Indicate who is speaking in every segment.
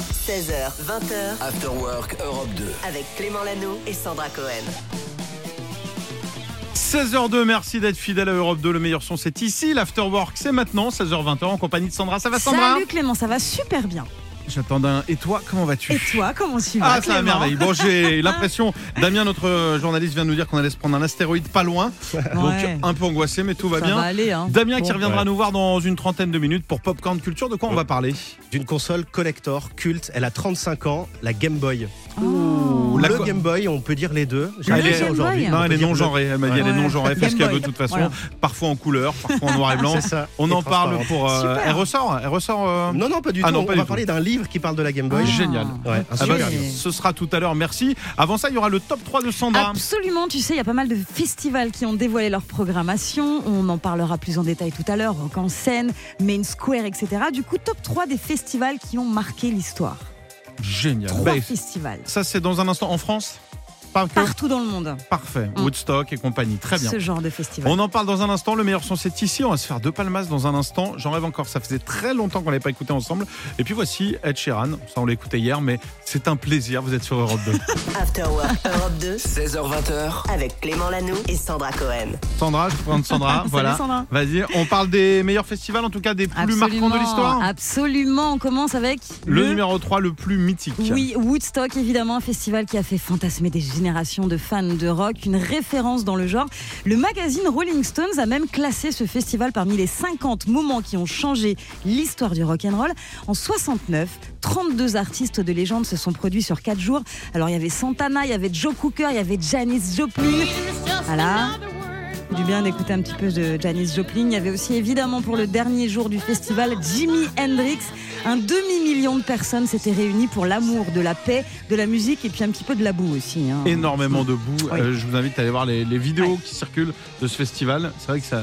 Speaker 1: 16h, 20h,
Speaker 2: After Work Europe 2.
Speaker 1: avec Clément Lano et Sandra Cohen.
Speaker 3: 16h02, merci d'être fidèle à Europe 2. Le meilleur son, c'est ici. L'afterwork, c'est maintenant, 16h20 en compagnie de Sandra. Ça va, Sandra
Speaker 4: Salut Clément, ça va super bien.
Speaker 3: J'attends un. Et toi, comment vas-tu
Speaker 4: Et toi, comment tu vas
Speaker 3: Ah, ça va
Speaker 4: Clément
Speaker 3: merveille. Bon, j'ai l'impression. Damien, notre euh, journaliste, vient de nous dire qu'on allait se prendre un astéroïde pas loin.
Speaker 4: Ouais.
Speaker 3: Donc, un peu angoissé, mais tout va
Speaker 4: Ça
Speaker 3: bien.
Speaker 4: va aller, hein.
Speaker 3: Damien qui
Speaker 5: Bon,
Speaker 3: reviendra
Speaker 5: ouais.
Speaker 3: nous voir dans une trentaine de minutes pour Popcorn Culture. De quoi on va parler
Speaker 5: d'une console collector culte. Elle a 35 ans, la Game Boy.
Speaker 4: Oh.
Speaker 3: La
Speaker 5: le
Speaker 3: co-
Speaker 5: Game Boy, on peut dire les deux. J'ai
Speaker 3: Elle
Speaker 5: envie de
Speaker 3: est-
Speaker 5: dire aujourd'hui.
Speaker 3: Non,
Speaker 5: On
Speaker 3: elle
Speaker 5: peut
Speaker 3: est
Speaker 5: dire
Speaker 3: non
Speaker 5: le-
Speaker 3: genrée. Elle m'a dit, elle est
Speaker 4: Ouais.
Speaker 3: non genrée. Fait ce
Speaker 4: Game
Speaker 3: qu'elle
Speaker 4: Boy.
Speaker 3: veut de toute façon.
Speaker 4: Voilà.
Speaker 3: Parfois en couleur, parfois en noir et blanc.
Speaker 5: C'est ça.
Speaker 3: On
Speaker 5: Et
Speaker 3: en parle
Speaker 5: transparent.
Speaker 3: pour. euh,
Speaker 4: Super.
Speaker 3: elle ressort. Elle ressort. euh,
Speaker 5: Non, non, pas du
Speaker 3: Ah
Speaker 5: tout.
Speaker 3: non,
Speaker 5: on
Speaker 3: pas
Speaker 5: va
Speaker 3: du
Speaker 5: parler
Speaker 3: tout.
Speaker 5: d'un livre qui parle de la Game Boy.
Speaker 4: Ah.
Speaker 3: Génial.
Speaker 5: Ouais, un
Speaker 3: Ah bah,
Speaker 5: super
Speaker 4: oui.
Speaker 5: livre.
Speaker 3: ce sera tout à l'heure, merci. Avant ça, il y aura le top 3 de
Speaker 4: Ah,
Speaker 3: Sandra.
Speaker 4: Absolument, tu sais, il y a pas mal de festivals qui ont dévoilé leur programmation. On en parlera plus en détail tout à l'heure. Rock en scène, Main Square, etc. Du coup, top 3 des festivals qui ont marqué l'histoire.
Speaker 3: Génial.
Speaker 4: Trois
Speaker 3: Bah,
Speaker 4: festivals.
Speaker 3: ça, c'est dans un instant en France Pas que
Speaker 4: Partout dans le monde.
Speaker 3: Parfait.
Speaker 4: Mm.
Speaker 3: Woodstock et compagnie. Très bien.
Speaker 4: Ce genre de festival.
Speaker 3: On en parle dans un instant. Le meilleur son, c'est ici. On va se faire deux palmas dans un instant. J'en rêve encore. Ça faisait très longtemps qu'on l'avait pas écouté ensemble. Et puis voici Ed Sheeran. Ça, on l'écoutait hier, mais c'est un plaisir. Vous êtes sur Europe 2.
Speaker 1: After Work Europe 2
Speaker 2: 16h20h.
Speaker 1: avec Clément Lano et Sandra Cohen.
Speaker 3: Sandra, je te présente Sandra.
Speaker 4: Salut,
Speaker 3: voilà.
Speaker 4: Sandra.
Speaker 3: Vas-y. On parle des meilleurs festivals, en tout cas des plus marquants de l'histoire.
Speaker 4: Absolument. On commence avec
Speaker 3: Le, numéro 3, le plus mythique.
Speaker 4: Oui, Woodstock, évidemment, un festival qui a fait fantasmer des générations de fans de rock, une référence dans le genre. Le magazine Rolling Stones a même classé ce festival parmi les 50 moments qui ont changé l'histoire du rock and roll. En 69, 32 artistes de légende se sont produits sur 4 jours. Alors il y avait Santana, il y avait Joe Cooker, il y avait Janis Joplin. Voilà. Du bien d'écouter un petit peu de Janis Joplin. Il y avait aussi évidemment pour le dernier jour du festival Jimi Hendrix. Un demi-million de personnes s'étaient réunies pour l'amour, de la paix, de la musique et puis un petit peu de la boue aussi. hein.
Speaker 3: Mmh. énormément de boue.
Speaker 4: Oui.
Speaker 3: Euh, je vous invite à aller voir les, les vidéos qui circulent de ce festival. C'est vrai que ça.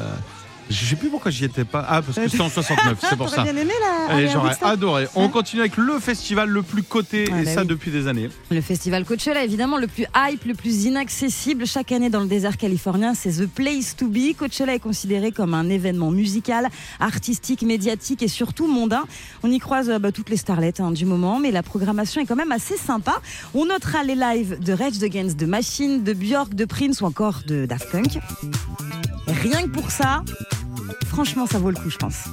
Speaker 3: Je sais plus pourquoi j'y étais pas. Ah, parce que c'était en 69, c'est pour
Speaker 4: Ah, T'aurais
Speaker 3: ça.
Speaker 4: bien aimé la.
Speaker 3: Et
Speaker 4: aller à
Speaker 3: j'aurais
Speaker 4: Woodstock
Speaker 3: adoré. On continue avec le festival le plus coté,
Speaker 4: Ah,
Speaker 3: et
Speaker 4: bah
Speaker 3: ça
Speaker 4: oui.
Speaker 3: depuis des années.
Speaker 4: Le festival Coachella, évidemment, le plus hype, le plus inaccessible chaque année dans le désert californien, c'est The Place to Be. Coachella est considéré comme un événement musical, artistique, médiatique et surtout mondain. On y croise euh, bah, toutes les starlettes hein, du moment, mais la programmation est quand même assez sympa. On notera les lives de Rage Against de Machine, de Björk, de Prince ou encore de Daft Punk. Rien que pour ça, franchement, ça vaut le coup, je pense.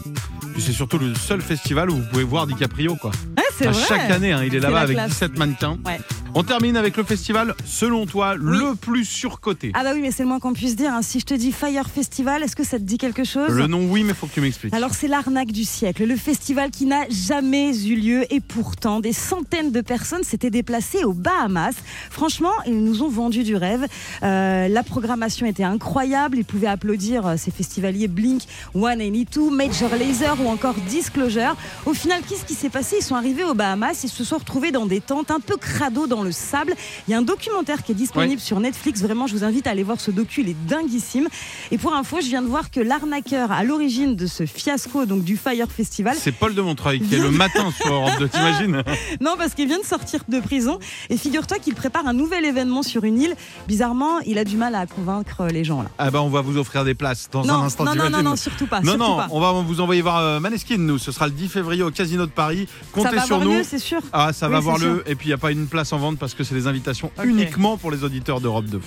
Speaker 3: Puis c'est surtout le seul festival où vous pouvez voir DiCaprio, quoi.
Speaker 4: Ouais, c'est
Speaker 3: À
Speaker 4: vrai.
Speaker 3: chaque année, hein, il est
Speaker 4: C'est
Speaker 3: là-bas
Speaker 4: la
Speaker 3: avec
Speaker 4: classe.
Speaker 3: 17 mannequins.
Speaker 4: Ouais.
Speaker 3: On termine avec le festival, selon toi, le plus surcoté.
Speaker 4: Ah bah oui, mais c'est le moins qu'on puisse dire. hein. Si je te dis Fire Festival, est-ce que ça te dit quelque chose
Speaker 3: Le nom, oui, mais faut que tu m'expliques.
Speaker 4: Alors c'est l'arnaque du siècle, le festival qui n'a jamais eu lieu et pourtant des centaines de personnes s'étaient déplacées aux Bahamas. Franchement, ils nous ont vendu du rêve. Euh, la programmation était incroyable, ils pouvaient applaudir euh, ces festivaliers Blink, One and Two, Major Laser ou encore Disclosure. Au final, qu'est-ce qui s'est passé Ils sont arrivés aux Bahamas, ils se sont retrouvés dans des tentes un peu crado dans le sable. Il y a un documentaire qui est disponible sur Netflix, vraiment je vous invite à aller voir ce docu, il est dinguissime. Et pour info, je viens de voir que l'arnaqueur à l'origine de ce fiasco donc du Fire Festival,
Speaker 3: C'est Paul de Montreuil qui est le matin sur Europe 2, t'imagines
Speaker 4: non parce qu'il vient de sortir de prison et figure-toi qu'il prépare un nouvel événement sur une île. Bizarrement, il a du mal à convaincre les gens là.
Speaker 3: Ah bah on va vous offrir des places dans
Speaker 4: non,
Speaker 3: un instant.
Speaker 4: non, non, non,
Speaker 3: t'imagines
Speaker 4: non, surtout pas.
Speaker 3: Non,
Speaker 4: surtout
Speaker 3: non,
Speaker 4: pas.
Speaker 3: on va vous envoyer voir euh, Maneskin, nous. Ce sera le 10 février au Casino de Paris.
Speaker 4: Ça
Speaker 3: Comptez
Speaker 4: va
Speaker 3: sur
Speaker 4: avoir
Speaker 3: nous.
Speaker 4: lieu, c'est sûr.
Speaker 3: ah, ça
Speaker 4: Oui,
Speaker 3: va
Speaker 4: c'est
Speaker 3: avoir
Speaker 4: sûr.
Speaker 3: lieu. Et puis, il n'y a pas une place en vente parce que c'est des invitations uniquement pour les auditeurs d'Europe 2.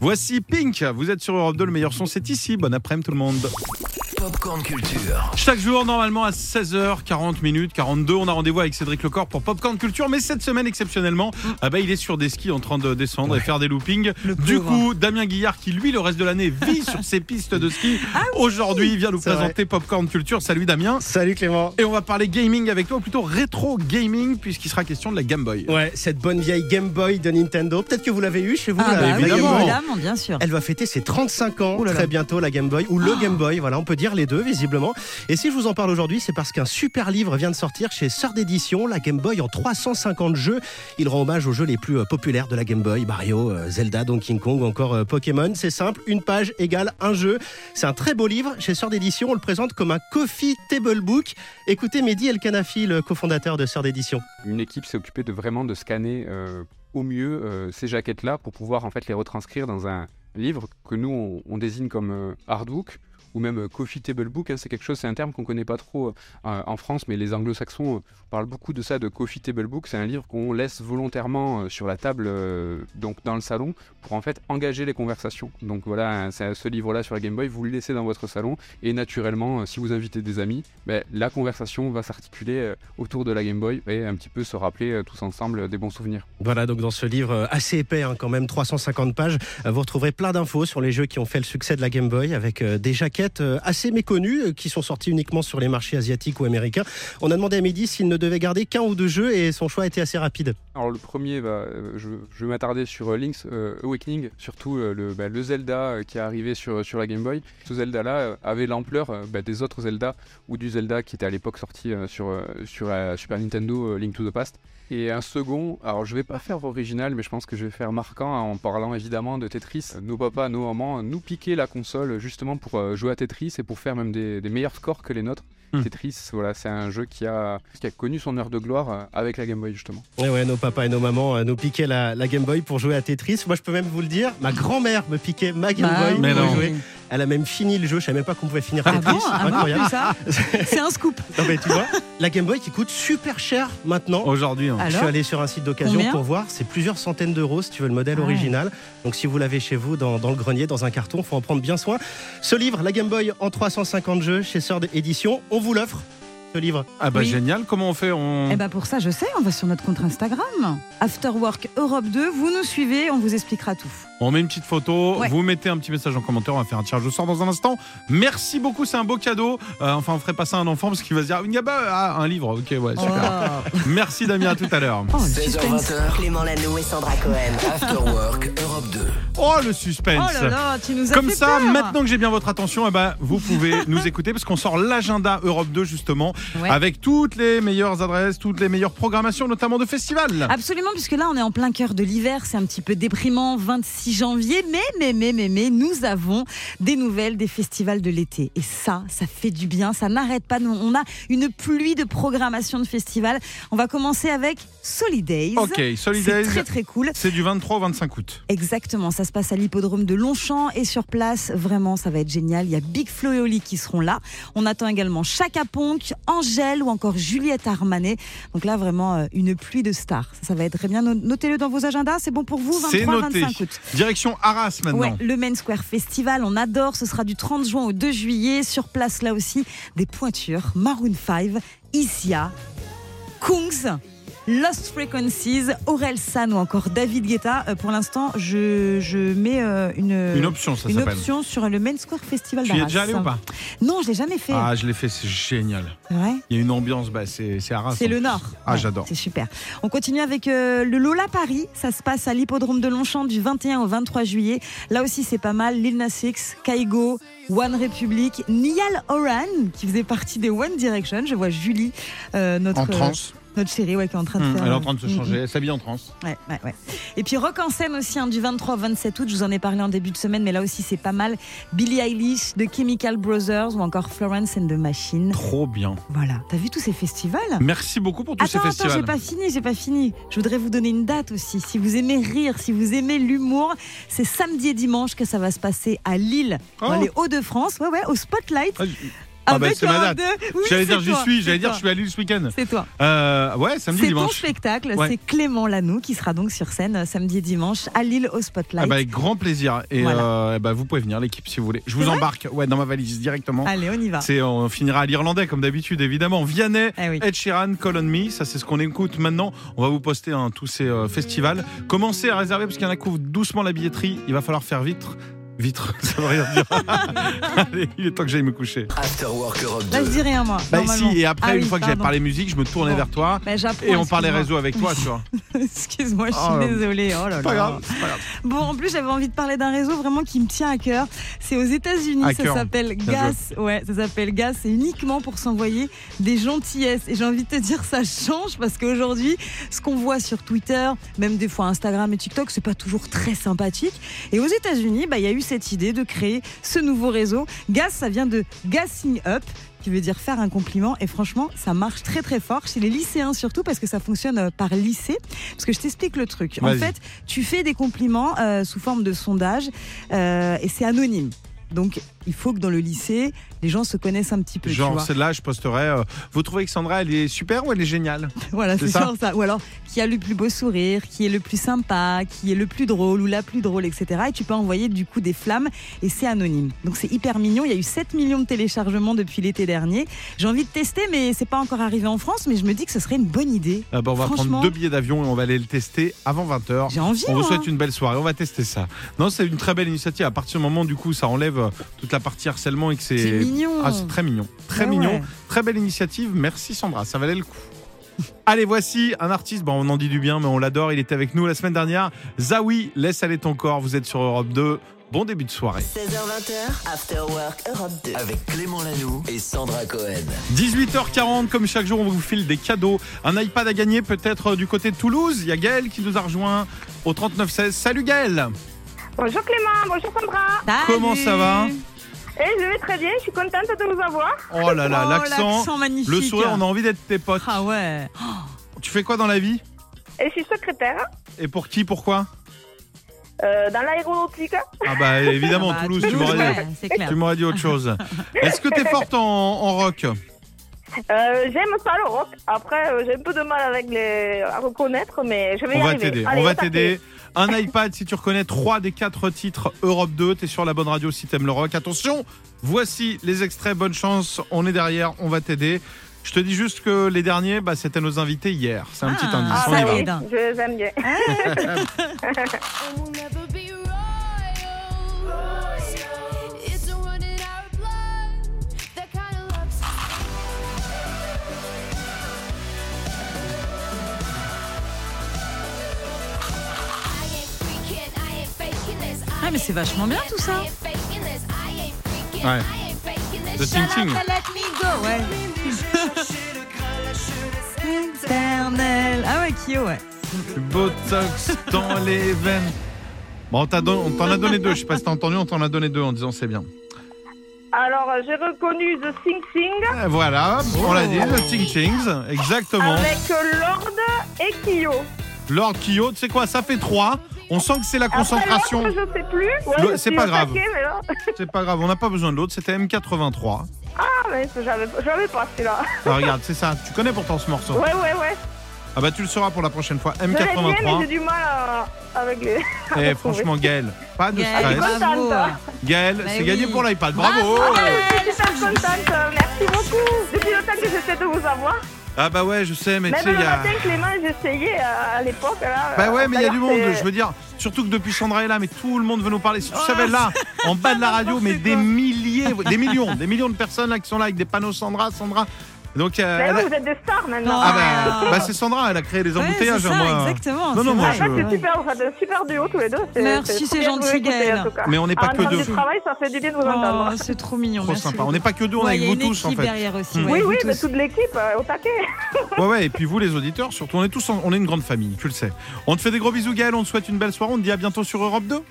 Speaker 3: Voici Pink. Vous êtes sur Europe 2. Le meilleur son, c'est ici. Bon après-midi, tout le monde.
Speaker 2: Popcorn Culture.
Speaker 3: Chaque jour, normalement, à 16h40 minutes, 42, on a rendez-vous avec Cédric Lecor pour Popcorn Culture. Mais cette semaine, exceptionnellement, ah bah, il est sur des skis en train de descendre et faire des loopings. Du
Speaker 4: pauvre.
Speaker 3: coup, Damien Guillard, qui lui, le reste de l'année, vit sur ses pistes de ski,
Speaker 4: Ah
Speaker 3: aujourd'hui vient nous
Speaker 5: C'est
Speaker 3: présenter Popcorn Culture. Salut Damien.
Speaker 5: Salut Clément.
Speaker 3: Et on va parler gaming avec toi, ou plutôt rétro gaming, puisqu'il sera question de la Game Boy.
Speaker 5: Ouais, cette bonne vieille Game Boy de Nintendo. Peut-être que vous l'avez eu chez vous.
Speaker 4: Ah
Speaker 5: la-
Speaker 4: bah
Speaker 5: la
Speaker 4: oui,
Speaker 5: Game Boy.
Speaker 4: évidemment, bien sûr.
Speaker 5: Elle va fêter ses 35 ans
Speaker 4: Ouh là Oh. là.
Speaker 5: très bientôt, la Game Boy, ou le Game Boy, voilà, on peut dire les deux visiblement. Et si je vous en parle aujourd'hui, c'est parce qu'un super livre vient de sortir chez Sœur d'édition, la Game Boy en 350 jeux. Il rend hommage aux jeux les plus euh, populaires de la Game Boy, Mario, euh, Zelda, Donkey Kong ou encore euh, Pokémon. C'est simple, une page égale un jeu. C'est un très beau livre, chez Sœur d'édition, on le présente comme un coffee table book. Écoutez Mehdi El Kanafi, le cofondateur de Sœur d'édition.
Speaker 6: une équipe s'est occupée de vraiment de scanner euh, au mieux euh, ces jaquettes-là pour pouvoir en fait les retranscrire dans un livre que nous on, on désigne comme euh, hardbook ou même euh, Coffee Table Book. hein, c'est quelque chose, c'est un terme qu'on connaît pas trop euh, en France, mais les anglo-saxons euh, parlent beaucoup de ça, de Coffee Table Book. C'est un livre qu'on laisse volontairement euh, sur la table, euh, donc dans le salon, pour en fait engager les conversations. Donc voilà, hein, c'est ce livre-là sur la Game Boy, vous le laissez dans votre salon, et naturellement, euh, si vous invitez des amis, ben, la conversation va s'articuler euh, autour de la Game Boy et un petit peu se rappeler euh, tous ensemble euh, des bons souvenirs.
Speaker 5: Voilà, donc dans ce livre euh, assez épais, hein, quand même 350 pages, euh, vous retrouverez plein d'infos sur les jeux qui ont fait le succès de la Game Boy, avec euh, des jaquettes euh, assez méconnues euh, qui sont sorties uniquement sur les marchés asiatiques ou américains. On a demandé à Mehdi s'il ne devait garder qu'un ou deux jeux et son choix a été assez rapide.
Speaker 6: Alors le premier, bah, euh, je, je vais m'attarder sur euh, Link's euh, Awakening, surtout euh, le, bah, le Zelda euh, qui est arrivé sur, sur la Game Boy. Ce Zelda-là euh, avait l'ampleur euh, bah, des autres Zelda ou du Zelda qui était à l'époque sorti euh, sur, euh, sur la Super Nintendo euh, Link to the Past. Et un second, alors je vais pas faire original, mais je pense que je vais faire marquant hein, en parlant évidemment de Tetris. Euh, Nos papas, nos mamans euh, nous piquaient la console euh, justement pour euh, jouer à Tetris et pour faire même des, des meilleurs scores que les nôtres.
Speaker 3: Hmm.
Speaker 6: Tetris, voilà, c'est un jeu qui a, qui a connu son heure de gloire euh, avec la Game Boy justement.
Speaker 5: Et Eh ouais, nos papas et nos mamans euh, nous piquaient la, la Game Boy pour jouer à Tetris. Moi, je peux même vous le dire, ma grand-mère me piquait ma Game
Speaker 4: Bah
Speaker 5: Boy
Speaker 3: Mais
Speaker 5: pour
Speaker 3: non.
Speaker 5: jouer. Elle a même fini le jeu, je savais même pas qu'on pouvait finir
Speaker 4: Ah
Speaker 5: Tetris.
Speaker 4: bon Ah bon,
Speaker 5: Incroyable.
Speaker 4: plus ça C'est un scoop.
Speaker 5: Non, mais tu vois, la Game Boy qui coûte super cher maintenant.
Speaker 3: Aujourd'hui, hein.
Speaker 5: je suis
Speaker 4: Alors
Speaker 5: allé sur un site d'occasion
Speaker 4: Combien
Speaker 5: pour voir, c'est plusieurs centaines d'euros si tu veux le modèle
Speaker 4: Ah ouais.
Speaker 5: original. Donc si vous l'avez chez vous dans, dans le grenier, dans un carton, faut en prendre bien soin. Ce livre, La Game Boy en 350 jeux chez Sord Édition, on vous l'offre. Ce livre,
Speaker 3: ah bah
Speaker 4: Oui.
Speaker 3: génial, comment on fait on...
Speaker 4: Eh ben pour ça, je sais, on va sur notre compte Instagram. Afterwork Europe 2, vous nous suivez, on vous expliquera tout.
Speaker 3: on met une petite photo,
Speaker 4: Ouais.
Speaker 3: vous mettez un petit message en commentaire, on va faire un tirage au sort dans un instant. Merci beaucoup, c'est un beau cadeau. Euh, enfin, on ferait pas ça à un enfant parce qu'il va se dire ah, une gaba, ah, un livre, ok, ouais, super. Merci Damien, à tout à l'heure.
Speaker 4: Oh, le
Speaker 2: 16h20,
Speaker 4: suspense.
Speaker 2: h
Speaker 1: Clément Lano et Sandra Cohen.
Speaker 2: After Work Europe 2.
Speaker 3: Oh le suspense
Speaker 4: Oh là là, tu nous as
Speaker 3: Comme
Speaker 4: fait
Speaker 3: ça,
Speaker 4: peur.
Speaker 3: maintenant que j'ai bien votre attention, eh ben, vous pouvez nous écouter parce qu'on sort l'agenda Europe 2 justement
Speaker 4: Ouais.
Speaker 3: avec toutes les meilleures adresses, toutes les meilleures programmations, notamment de festivals.
Speaker 4: Absolument, puisque là, on est en plein cœur de l'hiver, c'est un petit peu déprimant, 26 janvier, mais, mais, mais, mais, mais, nous avons des nouvelles des festivals de l'été. Et ça, ça fait du bien, ça n'arrête pas. Nous, on a une pluie de programmation de festivals. On va commencer avec Solidays.
Speaker 3: Ok,
Speaker 4: bah, C'est
Speaker 3: Solidays,
Speaker 4: très, très cool.
Speaker 3: c'est du 23 au 25 août.
Speaker 4: Exactement, ça se passe à l'hippodrome de Longchamp et sur place, vraiment, ça va être génial. Il y a Big Flo et Oli qui seront là. On attend également Chaka Ponk, Angèle ou encore Juliette Armanet. Donc là, vraiment, euh, une pluie de stars. Ça, ça va être très bien. No- Notez-le dans vos agendas, c'est bon pour vous,
Speaker 3: C'est
Speaker 4: 23,
Speaker 3: noté.
Speaker 4: 25 août.
Speaker 3: Direction Arras
Speaker 4: Ouais,
Speaker 3: maintenant.
Speaker 4: le Main Square Festival, on adore. Ce sera du 30 juin au 2 juillet. Sur place, là aussi, des pointures. Maroon 5, Isia, Kungs. Lost Frequencies, Aurel San ou encore David Guetta. Euh, pour l'instant, je, je mets euh, une,
Speaker 3: Une option, ça
Speaker 4: une
Speaker 3: s'appelle.
Speaker 4: option sur le Main Square Festival
Speaker 3: Tu y es
Speaker 4: d'Arras.
Speaker 3: déjà allé ou pas
Speaker 4: Non, je l'ai jamais fait.
Speaker 3: Ah, je l'ai fait, c'est génial.
Speaker 4: C'est vrai
Speaker 3: Il y a une ambiance, bah, c'est c'est Arras.
Speaker 4: c'est
Speaker 3: en
Speaker 4: le
Speaker 3: plus.
Speaker 4: Nord.
Speaker 3: Ah,
Speaker 4: Ouais,
Speaker 3: j'adore.
Speaker 4: C'est super. On continue avec euh, le Lola Paris. Ça se passe à l'hippodrome de Longchamp du 21 au 23 juillet. Là aussi, c'est pas mal. Lil Nas X, Kaigo, One Republic, Niall Horan, qui faisait partie des One Direction. Je vois Julie, euh, notre,
Speaker 3: En
Speaker 4: euh,
Speaker 3: transe.
Speaker 4: notre chérie, ouais, qui est en train de
Speaker 3: Hum,
Speaker 4: faire.
Speaker 3: elle est en train de se
Speaker 4: Mm,
Speaker 3: changer, elle s'habille en transe.
Speaker 4: Ouais, ouais, ouais. Et puis Rock en scène aussi hein, du 23 au 27 août, je vous en ai parlé en début de semaine, mais là aussi c'est pas mal. Billie Eilish, The Chemical Brothers ou encore Florence and the Machine.
Speaker 3: Trop bien.
Speaker 4: Voilà, t'as vu tous ces festivals
Speaker 3: Merci beaucoup pour tous ces
Speaker 4: Attends, attends,
Speaker 3: festivals.
Speaker 4: j'ai pas fini, j'ai pas fini. Je voudrais vous donner une date aussi. Si vous aimez rire, si vous aimez l'humour, c'est samedi et dimanche que ça va se passer à Lille, dans
Speaker 3: Oh.
Speaker 4: les Hauts-de-France, ouais, ouais, au Spotlight.
Speaker 3: Ah, j- ah, bah,
Speaker 4: avec
Speaker 3: c'est ma
Speaker 4: Europe
Speaker 3: date.
Speaker 4: 2. Oui,
Speaker 3: j'allais
Speaker 4: c'est
Speaker 3: dire j'y
Speaker 4: toi,
Speaker 3: suis,
Speaker 4: c'est
Speaker 3: j'allais dire
Speaker 4: toi.
Speaker 3: je suis allé ce week-end.
Speaker 4: C'est toi.
Speaker 3: Euh, ouais, samedi,
Speaker 4: C'est ton
Speaker 3: dimanche.
Speaker 4: spectacle,
Speaker 3: Ouais.
Speaker 4: c'est Clément Lanoux qui sera donc sur scène euh, samedi et dimanche à Lille au Spotlight.
Speaker 3: Ah bah, avec grand plaisir. Et
Speaker 4: Voilà.
Speaker 3: euh, bah, vous pouvez venir, l'équipe, si vous voulez. Je vous
Speaker 4: C'est vrai
Speaker 3: embarque ouais, dans ma valise directement.
Speaker 4: Allez, on y va.
Speaker 3: C'est, on finira à l'irlandais, comme d'habitude, évidemment. Vianney,
Speaker 4: Eh oui.
Speaker 3: Ed Sheeran, Call on Me. Ça, c'est ce qu'on écoute maintenant. On va vous poster hein, tous ces euh, festivals. Commencez à réserver, parce qu'il y en a qui ouvrent doucement la billetterie. Il va falloir faire vite. Vitre, ça veut rien dire. Allez, il est temps que j'aille me coucher.
Speaker 2: After Work Europe 2.
Speaker 4: Là, je dis rien, moi.
Speaker 3: Bah,
Speaker 4: Ah, normalement.
Speaker 3: si, et après,
Speaker 4: Ah
Speaker 3: une
Speaker 4: oui,
Speaker 3: fois que j'avais
Speaker 4: pardon.
Speaker 3: parlé musique, je me tournais
Speaker 4: Bon.
Speaker 3: vers toi.
Speaker 4: Bah, j'apprends,
Speaker 3: Et on parlait
Speaker 4: excuse-moi.
Speaker 3: réseau avec toi, tu vois.
Speaker 4: Excuse-moi, je suis
Speaker 3: Oh là.
Speaker 4: désolée. Oh là là.
Speaker 3: Pas grave, c'est pas grave.
Speaker 4: Bon, en plus, j'avais envie de parler d'un réseau vraiment qui me tient à cœur. C'est aux États-Unis,
Speaker 3: À
Speaker 4: ça
Speaker 3: cœur.
Speaker 4: s'appelle
Speaker 3: Bien
Speaker 4: GAS. Ouais, ça s'appelle GAS. C'est uniquement pour s'envoyer des gentillesses. Et j'ai envie de te dire, ça change parce qu'aujourd'hui, ce qu'on voit sur Twitter, même des fois Instagram et TikTok, c'est pas toujours très sympathique. Et aux États-Unis, bah, il y a eu cette idée de créer ce nouveau réseau. GAS, ça vient de Gassing Up qui veut dire faire un compliment. Et franchement, ça marche très très fort chez les lycéens surtout parce que ça fonctionne euh, par lycée. Parce que je t'explique le truc. En
Speaker 3: Vas-y.
Speaker 4: fait, tu fais des compliments euh, sous forme de sondage euh, et c'est anonyme. Donc, il faut que dans le lycée, les gens se connaissent un petit peu. tu
Speaker 3: Genre,
Speaker 4: vois.
Speaker 3: celle-là, je posterai. euh, vous trouvez que Sandra, elle est super ou elle est géniale
Speaker 4: Voilà,
Speaker 3: c'est
Speaker 4: c'est
Speaker 3: ça
Speaker 4: genre ça. Ou alors, qui a le plus beau sourire, qui est le plus sympa, qui est le plus drôle ou la plus drôle, etc. Et tu peux envoyer du coup des flammes et c'est anonyme. Donc c'est hyper mignon. Il y a eu 7 millions de téléchargements depuis l'été dernier. J'ai envie de tester, mais c'est pas encore arrivé en France. Mais je me dis que ce serait une bonne idée.
Speaker 3: Ah bah, On va
Speaker 4: Franchement.
Speaker 3: prendre deux billets d'avion et on va aller le tester avant 20h.
Speaker 4: J'ai envie.
Speaker 3: Ah,
Speaker 4: hein.
Speaker 3: On vous
Speaker 4: moi.
Speaker 3: souhaite une belle soirée, on va tester ça. Non, c'est une très belle initiative. À partir du moment, du coup, ça enlève euh, toute la partie harcèlement et que
Speaker 4: C'est
Speaker 3: c'est.
Speaker 4: mignon.
Speaker 3: Ah, c'est très mignon. Très
Speaker 4: Ouais,
Speaker 3: mignon.
Speaker 4: ouais.
Speaker 3: Très belle initiative. Merci Sandra, ça valait le coup. Allez, voici un artiste. Bon, on en dit du bien, mais on l'adore. Il était avec nous la semaine dernière. Zawi, laisse aller ton corps. Vous êtes sur Europe 2. Bon début de soirée.
Speaker 1: 16h20, After Work Europe 2.
Speaker 2: Avec Clément Lanoux et Sandra Cohen.
Speaker 3: 18h40, comme chaque jour, on vous file des cadeaux. Un iPad à gagner, peut-être euh, du côté de Toulouse. Il y a Gaël qui nous a rejoint au 3916. Salut Gaël
Speaker 7: Bonjour Clément, bonjour Sandra.
Speaker 4: Salut.
Speaker 3: Comment ça va
Speaker 4: Oh,
Speaker 7: Et Eh, je vais très bien, je suis contente de vous avoir.
Speaker 3: Oh là là,
Speaker 4: Oh,
Speaker 3: l'accent,
Speaker 4: magnifique.
Speaker 3: le sourire, on a envie d'être tes potes.
Speaker 4: Ah ouais. Oh,
Speaker 3: Tu fais quoi dans la vie
Speaker 7: Et je suis secrétaire
Speaker 3: Et pour qui Pourquoi
Speaker 7: euh, dans l'aéronautique.
Speaker 3: Ah bah évidemment,
Speaker 4: bah,
Speaker 3: Toulouse, tu m'aurais dit,
Speaker 4: ouais, c'est clair.
Speaker 3: tu m'aurais dit autre chose. Est-ce que t'es forte en, en rock
Speaker 7: Euh, J'aime ça le rock. Après, euh, j'ai un peu de mal avec les... à reconnaître, mais je vais y
Speaker 3: On va
Speaker 7: arriver.
Speaker 3: t'aider,
Speaker 7: Allez,
Speaker 3: on va
Speaker 7: au taquet.
Speaker 3: t'aider. Un iPad, si tu reconnais 3 des 4 titres Europe 2, t'es sur la bonne radio si t'aimes le rock. Attention, voici les extraits, bonne chance, on est derrière, on va t'aider. Je te dis juste que les derniers, bah, c'était nos invités hier. C'est un
Speaker 4: Ah,
Speaker 3: petit indice,
Speaker 7: Ah,
Speaker 3: on y
Speaker 4: ça
Speaker 3: va.
Speaker 4: y
Speaker 7: oui,
Speaker 4: va.
Speaker 7: je aime bien.
Speaker 4: Ah,
Speaker 8: And we'll never be royal. It's a run in our blood. That kind of love's I ain't freaking, I ain't faking this. I
Speaker 4: Ah, mais c'est vachement bien tout ça.
Speaker 8: ain't faking this. I ain't freaking,
Speaker 3: Ouais.
Speaker 8: I ain't faking this.
Speaker 3: Le
Speaker 8: Shut
Speaker 3: Ting
Speaker 8: up
Speaker 3: Ting.
Speaker 8: and let me go.
Speaker 4: Ouais. Éternel. Ah ouais, Kyo, ouais.
Speaker 3: Du Botox dans les veines. Bon, on t'a don- on t'en a donné deux. Je sais pas si t'as entendu, on t'en a donné deux en disant c'est bien.
Speaker 7: Alors, euh, j'ai reconnu The Sing Sing
Speaker 3: Euh, Voilà, on l'a dit, le Ting Tings, exactement.
Speaker 7: avec euh, Lord et Kyo.
Speaker 3: Lord Kyo, tu sais quoi, ça fait trois. On sent que c'est la
Speaker 7: Après,
Speaker 3: concentration.
Speaker 7: l'autre, je sais plus. Ouais,
Speaker 3: Le-
Speaker 7: je
Speaker 3: c'est
Speaker 7: suis
Speaker 3: pas
Speaker 7: au
Speaker 3: grave.
Speaker 7: taquet, mais là-
Speaker 3: C'est pas grave, on n'a pas besoin de l'autre, c'était M83.
Speaker 7: Ah, mais c'est- j'avais j'avais pas celui-là.
Speaker 3: Ah, regarde, c'est ça, tu connais pourtant ce morceau.
Speaker 7: Ouais, ouais, ouais.
Speaker 3: Ah bah tu le sauras pour la prochaine fois,
Speaker 7: Je l'ai bien, mais j'ai
Speaker 3: M83.
Speaker 7: du mal à- avec les. à
Speaker 3: Et
Speaker 7: retrouver.
Speaker 3: franchement, Gaël, pas de
Speaker 4: Gaël,
Speaker 7: Bah
Speaker 3: stress.
Speaker 4: bravo.
Speaker 7: Contente.
Speaker 3: Gaël,
Speaker 4: Bah
Speaker 3: c'est
Speaker 4: oui.
Speaker 3: gagné pour l'iPad, bravo
Speaker 7: Je suis super contente, merci beaucoup. Depuis le temps que j'essaie de vous avoir.
Speaker 3: Ah bah ouais, je sais, mais tu
Speaker 7: Même
Speaker 3: sais,
Speaker 7: le
Speaker 3: il y a...
Speaker 7: matin, Clément, j'essayais euh, à, à l'époque. là,
Speaker 3: Bah ouais,
Speaker 7: euh,
Speaker 3: mais il y a
Speaker 7: d'ailleurs,
Speaker 3: du monde,
Speaker 7: c'est-
Speaker 3: je veux dire, surtout que depuis Sandra est là, mais tout le monde veut nous parler. Si tu
Speaker 4: Oh,
Speaker 3: savais là, en bas de la radio, mais des milliers, des millions, des millions de personnes là qui sont là avec des panneaux Sandra, Sandra. Donc, euh,
Speaker 7: Bah
Speaker 3: elle
Speaker 7: oui,
Speaker 3: a-
Speaker 7: vous êtes des stars maintenant.
Speaker 4: Non.
Speaker 3: ah bah,
Speaker 4: Ah.
Speaker 3: bah, c'est Sandra, elle a créé les
Speaker 4: Ouais,
Speaker 3: embouteillages.
Speaker 4: c'est
Speaker 3: hein,
Speaker 4: ça,
Speaker 3: moi.
Speaker 4: exactement.
Speaker 3: Non,
Speaker 4: c'est
Speaker 3: non, moi,
Speaker 7: Ah,
Speaker 4: vrai.
Speaker 7: ça, c'est
Speaker 3: je-
Speaker 7: super, vous faites un super duo tous les deux. c'est-
Speaker 4: Merci, c'est
Speaker 7: trop bien de vous
Speaker 4: gentil,
Speaker 7: écouter,
Speaker 4: Gaël.
Speaker 7: en tout cas.
Speaker 3: Mais on n'est pas
Speaker 7: En
Speaker 3: que
Speaker 7: train
Speaker 3: deux.
Speaker 7: du travail, ça fait du bien de vous
Speaker 4: Oh,
Speaker 7: entendre.
Speaker 4: c'est trop mignon.
Speaker 3: Trop
Speaker 4: merci
Speaker 3: sympa.
Speaker 4: beaucoup.
Speaker 3: On n'est pas que deux, on
Speaker 4: Ouais,
Speaker 3: est
Speaker 4: il y a
Speaker 3: avec
Speaker 4: une
Speaker 3: vous tous en
Speaker 4: équipe
Speaker 3: fait.
Speaker 4: derrière aussi.
Speaker 3: Mm.
Speaker 4: ouais,
Speaker 7: Oui,
Speaker 4: vous
Speaker 7: oui,
Speaker 4: tous.
Speaker 7: mais toute l'équipe euh, au taquet.
Speaker 3: Ouais, ouais, et puis vous les auditeurs, surtout, on est tous, en- on est une grande famille, tu le sais. On te fait des gros bisous, Gaël, on te souhaite une belle soirée, on te dit à bientôt sur Europe 2.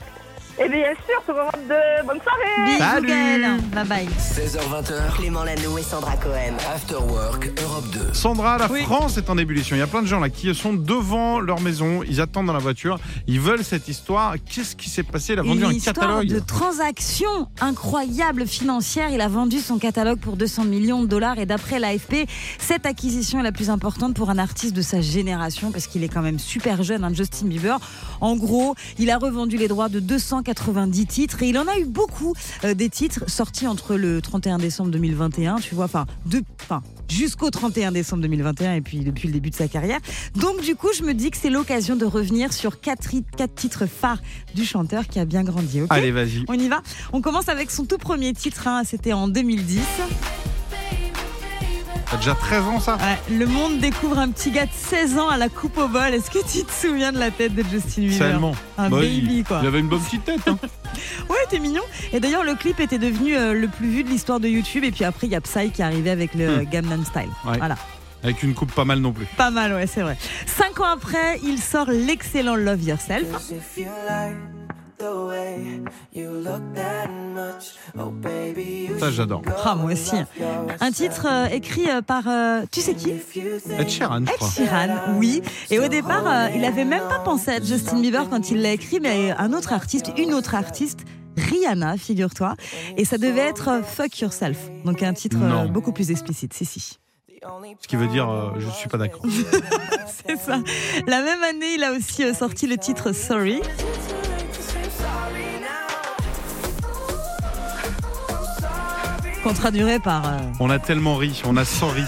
Speaker 7: Et bien sûr, ce moment de bonne soirée.
Speaker 4: Bisous,
Speaker 3: Salut.
Speaker 4: Gaël. Bye bye.
Speaker 2: 16h20h,
Speaker 1: Clément Lanoux et Sandra Cohen.
Speaker 2: After Work Europe 2.
Speaker 3: Sandra, la
Speaker 4: Oui.
Speaker 3: France est en ébullition. Il y a plein de gens là qui sont devant leur maison, ils attendent dans la voiture, ils veulent cette histoire. Qu'est-ce qui s'est passé Il a vendu
Speaker 4: Une
Speaker 3: un
Speaker 4: histoire
Speaker 3: catalogue.
Speaker 4: de transaction incroyable financière. Il a vendu son catalogue pour 200 millions de dollars et d'après l'AFP, cette acquisition est la plus importante pour un artiste de sa génération parce qu'il est quand même super jeune, hein, Justin Bieber. En gros, il a revendu les droits de 290 titres et il en a eu beaucoup euh, des titres sortis entre le 31 décembre 2021, tu vois, enfin, de, enfin, jusqu'au 31 décembre 2021 et puis depuis le début de sa carrière. Donc du coup, je me dis que c'est l'occasion de revenir sur quatre, ri- quatre titres phares du chanteur qui a bien grandi. ok
Speaker 3: Allez, vas-y.
Speaker 4: on y va On commence avec son tout premier titre, hein, c'était en 2010.
Speaker 3: T'as déjà 13 ans ça
Speaker 4: Ouais, le monde découvre un petit gars de 16 ans à la coupe au bol. Est-ce que tu te souviens de la tête de Justin
Speaker 3: C'est
Speaker 4: Bieber
Speaker 3: allemand.
Speaker 4: Un
Speaker 3: Bah, il-
Speaker 4: baby quoi.
Speaker 3: Il avait une bonne petite tête. hein.
Speaker 4: Ouais, t'es mignon. Et d'ailleurs, le clip était devenu euh, le plus vu de l'histoire de YouTube. Et puis après, il y a Psy qui est arrivé avec le euh, Gangnam Style.
Speaker 3: Hmm. Ouais.
Speaker 4: Voilà.
Speaker 3: Avec une coupe pas mal non plus.
Speaker 4: Pas mal, ouais, c'est vrai. Cinq ans après, il sort l'excellent Love Yourself.
Speaker 9: Cause if you like the way you look that much, oh baby, you
Speaker 3: Ça, j'adore.
Speaker 9: should go
Speaker 4: Ah, moi aussi.
Speaker 9: and love yourself.
Speaker 4: Un titre euh, écrit euh, par euh, tu sais qui
Speaker 9: If you think
Speaker 3: Ed Sheeran, je
Speaker 4: Ed
Speaker 3: crois.
Speaker 4: Sheeran, oui. Et au départ, euh, il avait même pas pensé à Justin Bieber quand il l'a écrit, mais un autre artiste, une autre artiste Rihanna, figure-toi. Et ça devait être euh, Fuck Yourself. Donc un titre euh,
Speaker 3: Non.
Speaker 4: beaucoup plus explicite, si, si.
Speaker 3: Ce qui veut dire, euh, je suis pas d'accord.
Speaker 4: C'est ça. La même année, il a aussi euh, sorti le titre Sorry. Qu'on traduirait par. euh,
Speaker 3: On a tellement ri, on a sans ri.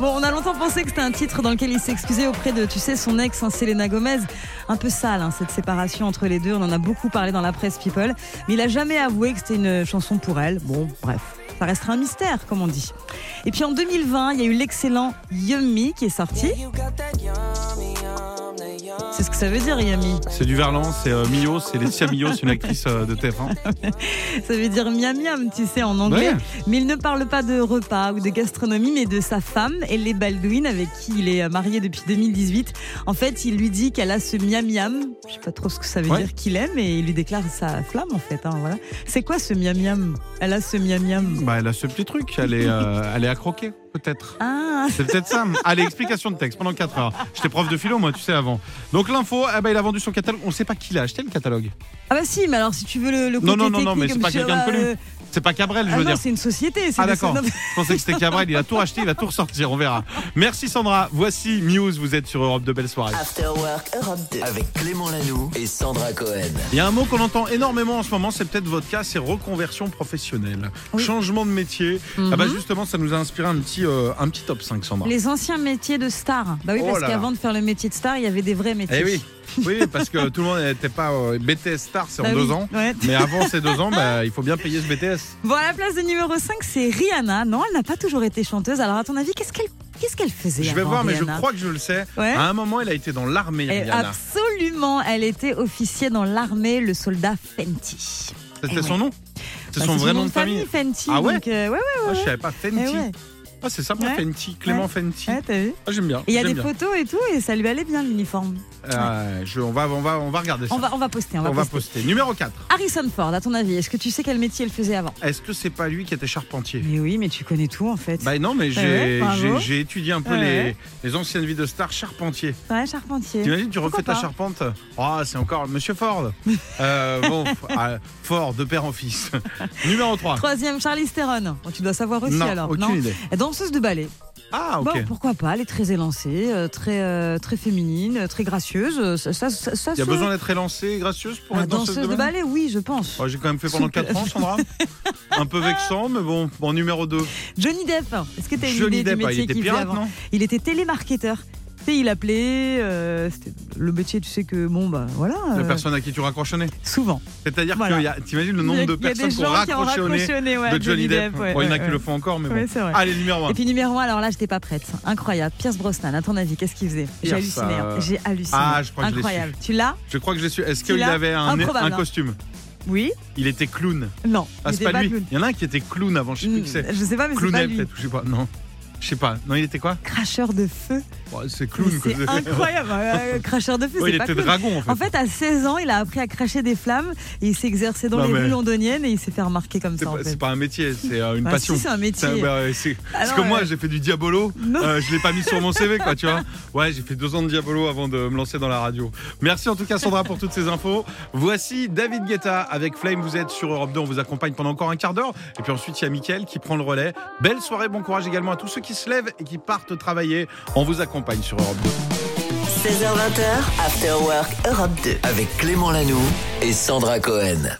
Speaker 4: Bon, on a longtemps pensé que c'était un titre dans lequel il s'excusait auprès de, tu sais, son ex, hein, Selena Gomez. Un peu sale, hein, cette séparation entre les deux. On en a beaucoup parlé dans la presse People. Mais il a jamais avoué que c'était une chanson pour elle. Bon, bref. Ça restera un mystère, comme on dit. Et puis en 2020, il y a eu l'excellent Yummy qui est sorti. C'est ce que ça veut dire, Yummy.
Speaker 3: C'est du Verlan, c'est euh, Mio, c'est Laetitia Mio, c'est une actrice euh, de TF1.
Speaker 4: Ça veut dire miam miam, tu sais, en anglais.
Speaker 3: Ouais.
Speaker 4: Mais il ne parle pas de repas ou de gastronomie, mais de sa femme, Ellie Baldwin, avec qui il est euh, marié depuis 2018. En fait, il lui dit qu'elle a ce miam miam. Je sais pas trop ce que ça veut
Speaker 3: Ouais.
Speaker 4: dire qu'il aime, et il lui déclare sa flamme, en fait. hein, voilà. C'est quoi ce miam miam Elle a ce miam miam.
Speaker 3: Bah, elle a ce petit truc, elle est, euh, elle est à croquer, peut-être.
Speaker 4: Ah
Speaker 3: C'est peut-être ça. Allez, explication de texte pendant 4 heures. J'étais prof de philo, moi, tu sais, avant. Donc l'info, eh ben, il a vendu son catalogue. On sait pas qui l'a acheté, le catalogue.
Speaker 4: Ah bah si, mais alors si tu veux le, le
Speaker 3: Non,
Speaker 4: côté
Speaker 3: non, non, non,
Speaker 4: technique,
Speaker 3: mais c'est pas
Speaker 4: monsieur,
Speaker 3: quelqu'un de connu.
Speaker 4: euh,
Speaker 3: C'est pas Cabrel, je
Speaker 4: ah
Speaker 3: veux
Speaker 4: non,
Speaker 3: dire.
Speaker 4: c'est une société. c'est
Speaker 3: Ah
Speaker 4: des-
Speaker 3: d'accord.
Speaker 4: non, mais-
Speaker 3: Je pensais que c'était Cabrel, il a tout racheté, il va tout ressortir, on verra. Merci Sandra. Voici Muse, vous êtes sur Europe de belles
Speaker 4: Ah.
Speaker 3: soirées.
Speaker 1: After Work Europe 2.
Speaker 2: Avec Clément Lanoux et Sandra Cohen.
Speaker 3: Il y a un mot qu'on entend énormément en ce moment, c'est peut-être votre cas, c'est reconversion professionnelle.
Speaker 4: Oui.
Speaker 3: Changement de métier.
Speaker 4: Mhm.
Speaker 3: Ah bah justement, ça nous a inspiré un petit, euh, un petit top 5, Sandra.
Speaker 4: Les anciens métiers de star. Bah oui,
Speaker 3: Oh
Speaker 4: parce
Speaker 3: là là.
Speaker 4: qu'avant de faire le métier de star, il y avait des vrais métiers.
Speaker 3: Eh oui, oui, parce que tout le monde n'était pas euh, BTS star, c'est
Speaker 4: Bah
Speaker 3: en
Speaker 4: oui.
Speaker 3: deux ans.
Speaker 4: Ouais.
Speaker 3: Mais avant ces deux ans, bah, il faut bien payer ce BTS.
Speaker 4: Bon, à la place de numéro 5, c'est Rihanna. Non, elle n'a pas toujours été chanteuse. Alors, à ton avis, qu'est-ce qu'elle qu'est-ce qu'elle faisait
Speaker 3: Je vais
Speaker 4: avant,
Speaker 3: voir, mais je
Speaker 4: Rihanna
Speaker 3: crois que je le sais.
Speaker 4: Ouais.
Speaker 3: À un moment, il a été dans l'armée,
Speaker 4: Et
Speaker 3: Rihanna.
Speaker 4: absolument, elle était officier dans l'armée, le soldat Fenty.
Speaker 3: C'était
Speaker 4: Eh
Speaker 3: son nom C'est
Speaker 4: Bah,
Speaker 3: son vrai nom de famille,
Speaker 4: Fenty.
Speaker 3: Ah ouais
Speaker 4: donc, euh, ouais,
Speaker 3: Ah, Je savais pas,
Speaker 4: ouais,
Speaker 3: Fenty.
Speaker 4: ouais, ouais.
Speaker 3: Ah, c'est sympa,
Speaker 4: Ouais.
Speaker 3: Fenty, Clément Fenty.
Speaker 4: Ouais, t'as vu
Speaker 3: Ah, j'aime bien.
Speaker 4: Et il y a
Speaker 3: j'aime
Speaker 4: des
Speaker 3: bien.
Speaker 4: photos et tout, et ça lui allait bien l'uniforme.
Speaker 3: Euh, je- on, va, on, va, on va regarder ça.
Speaker 4: On va, on va poster, on va
Speaker 3: On va
Speaker 4: poster.
Speaker 3: poster. Numéro 4.
Speaker 4: Harrison Ford, à ton avis, est-ce que tu sais quel métier elle faisait avant
Speaker 3: Est-ce que c'est pas lui qui était charpentier
Speaker 4: Mais oui, mais tu connais tout en fait.
Speaker 3: Bah non, mais
Speaker 4: ouais,
Speaker 3: j'ai
Speaker 4: bravo.
Speaker 3: j'ai- j'ai étudié un peu
Speaker 4: Ouais.
Speaker 3: les, les anciennes vies de stars charpentier.
Speaker 4: Ouais, charpentier.
Speaker 3: T'imagines, tu refais
Speaker 4: Pourquoi
Speaker 3: ta
Speaker 4: pas
Speaker 3: charpente. Ah, c'est encore Monsieur Ford. Euh, bon, ah, Ford, de père en fils. Numéro 3.
Speaker 4: Troisième, Charlize Theron. Bon, tu dois savoir aussi
Speaker 3: non,
Speaker 4: alors.
Speaker 3: aucune idée.
Speaker 4: Danseuse de ballet.
Speaker 3: Ah, ok.
Speaker 4: Bon, pourquoi pas Elle est très élancée, euh, très, euh, très féminine, euh, très gracieuse. euh, Ça, ça, ça, ça
Speaker 3: Il y a
Speaker 4: se-
Speaker 3: besoin d'être élancée et gracieuse pour
Speaker 4: Ah,
Speaker 3: être danseuse,
Speaker 4: de ballet, oui, je pense.
Speaker 3: Oh, J'ai quand même fait pendant
Speaker 4: Souple.
Speaker 3: 4 ans, Sandra. un peu vexant, mais bon. Bon, numéro 2.
Speaker 4: Johnny Depp, est-ce que tu as une
Speaker 3: Johnny
Speaker 4: idée
Speaker 3: Depp,
Speaker 4: du
Speaker 3: ah, il
Speaker 4: métier
Speaker 3: était
Speaker 4: qu'il faisait
Speaker 3: pirate,
Speaker 4: avant
Speaker 3: non
Speaker 4: Il était télémarketeur. Tu sais, il appelait. euh, c'était le métier, tu sais que, bon, bah voilà.
Speaker 3: La
Speaker 4: euh,
Speaker 3: personne à qui tu raccroches au nez.
Speaker 4: Souvent.
Speaker 3: C'est-à-dire
Speaker 4: Voilà.
Speaker 3: que y a- t'imagines le nombre
Speaker 4: Il y a-
Speaker 3: de
Speaker 4: il y a des
Speaker 3: personnes qui ont
Speaker 4: gens qui ont
Speaker 3: raccroché au nez
Speaker 4: raccroché au nez, ouais,
Speaker 3: de Johnny Depp.
Speaker 4: ouais,
Speaker 3: Bon, il y en a
Speaker 4: ouais,
Speaker 3: qui le
Speaker 4: ouais.
Speaker 3: font encore, mais bon.
Speaker 4: Ouais, c'est vrai.
Speaker 3: Allez, numéro 1.
Speaker 4: Et puis numéro 1, alors là, j'étais pas prête. Incroyable. Pierce Brosnan, à ton avis, qu'est-ce qu'il faisait J'ai
Speaker 3: Pierce,
Speaker 4: halluciné. hein.
Speaker 3: euh,
Speaker 4: J'ai halluciné.
Speaker 3: ah, je crois que je l'ai su.
Speaker 4: Incroyable. tu l'as
Speaker 3: Je crois que je suis. Est-ce
Speaker 4: Tu
Speaker 3: qu'il
Speaker 4: l'as
Speaker 3: avait un,
Speaker 4: Improbable,
Speaker 3: un
Speaker 4: hein.
Speaker 3: costume
Speaker 4: Oui
Speaker 3: Il était clown.
Speaker 4: Non.
Speaker 3: Ah,
Speaker 4: Il
Speaker 3: c'est
Speaker 4: était
Speaker 3: pas lui.
Speaker 4: clown. Mm.
Speaker 3: Il y en a un qui était clown avant, je sais plus qui c'est.
Speaker 4: Je sais pas, mais c'est pas
Speaker 3: Clownet,
Speaker 4: lui.
Speaker 3: peut-être, ou je sais pas. Non. Je sais pas. Non, il était quoi
Speaker 4: Cracheur de feu.
Speaker 3: Bon, C'est
Speaker 4: Mais
Speaker 3: clown. quoi.
Speaker 4: C'est incroyable, euh, cracheur de feu,
Speaker 3: Ouais, il
Speaker 4: c'est pas
Speaker 3: était
Speaker 4: clown.
Speaker 3: dragon en fait.
Speaker 4: En fait, à 16 ans, il a appris à cracher des flammes et il s'est exercé dans
Speaker 3: Non,
Speaker 4: les
Speaker 3: mais-
Speaker 4: rues londoniennes et il s'est fait remarquer comme
Speaker 3: c'est
Speaker 4: ça. en
Speaker 3: pas,
Speaker 4: fait.
Speaker 3: c'est pas un métier, c'est euh, une
Speaker 4: Bah,
Speaker 3: passion.
Speaker 4: si, c'est un
Speaker 3: C'est un-
Speaker 4: métier. Ah
Speaker 3: bah, ouais, c'est- Parce
Speaker 4: non,
Speaker 3: que moi,
Speaker 4: ouais.
Speaker 3: j'ai fait du diabolo.
Speaker 4: Non.
Speaker 3: euh, je l'ai pas mis sur mon CV, quoi, tu vois. Ouais, j'ai fait deux ans de diabolo avant de me lancer dans la radio. Merci en tout cas, Sandra, pour toutes ces infos. Voici David Guetta avec Flame. Vous êtes sur Europe 2. On vous accompagne pendant encore un quart d'heure. Et puis ensuite, il y a Mickaël qui prend le relais. Belle soirée, bon courage également à tous ceux qui se lèvent et qui partent travailler. On vous accompagne sur Europe 2.
Speaker 1: 16h20, After Work Europe 2.
Speaker 2: Avec Clément Lanoux et Sandra Cohen.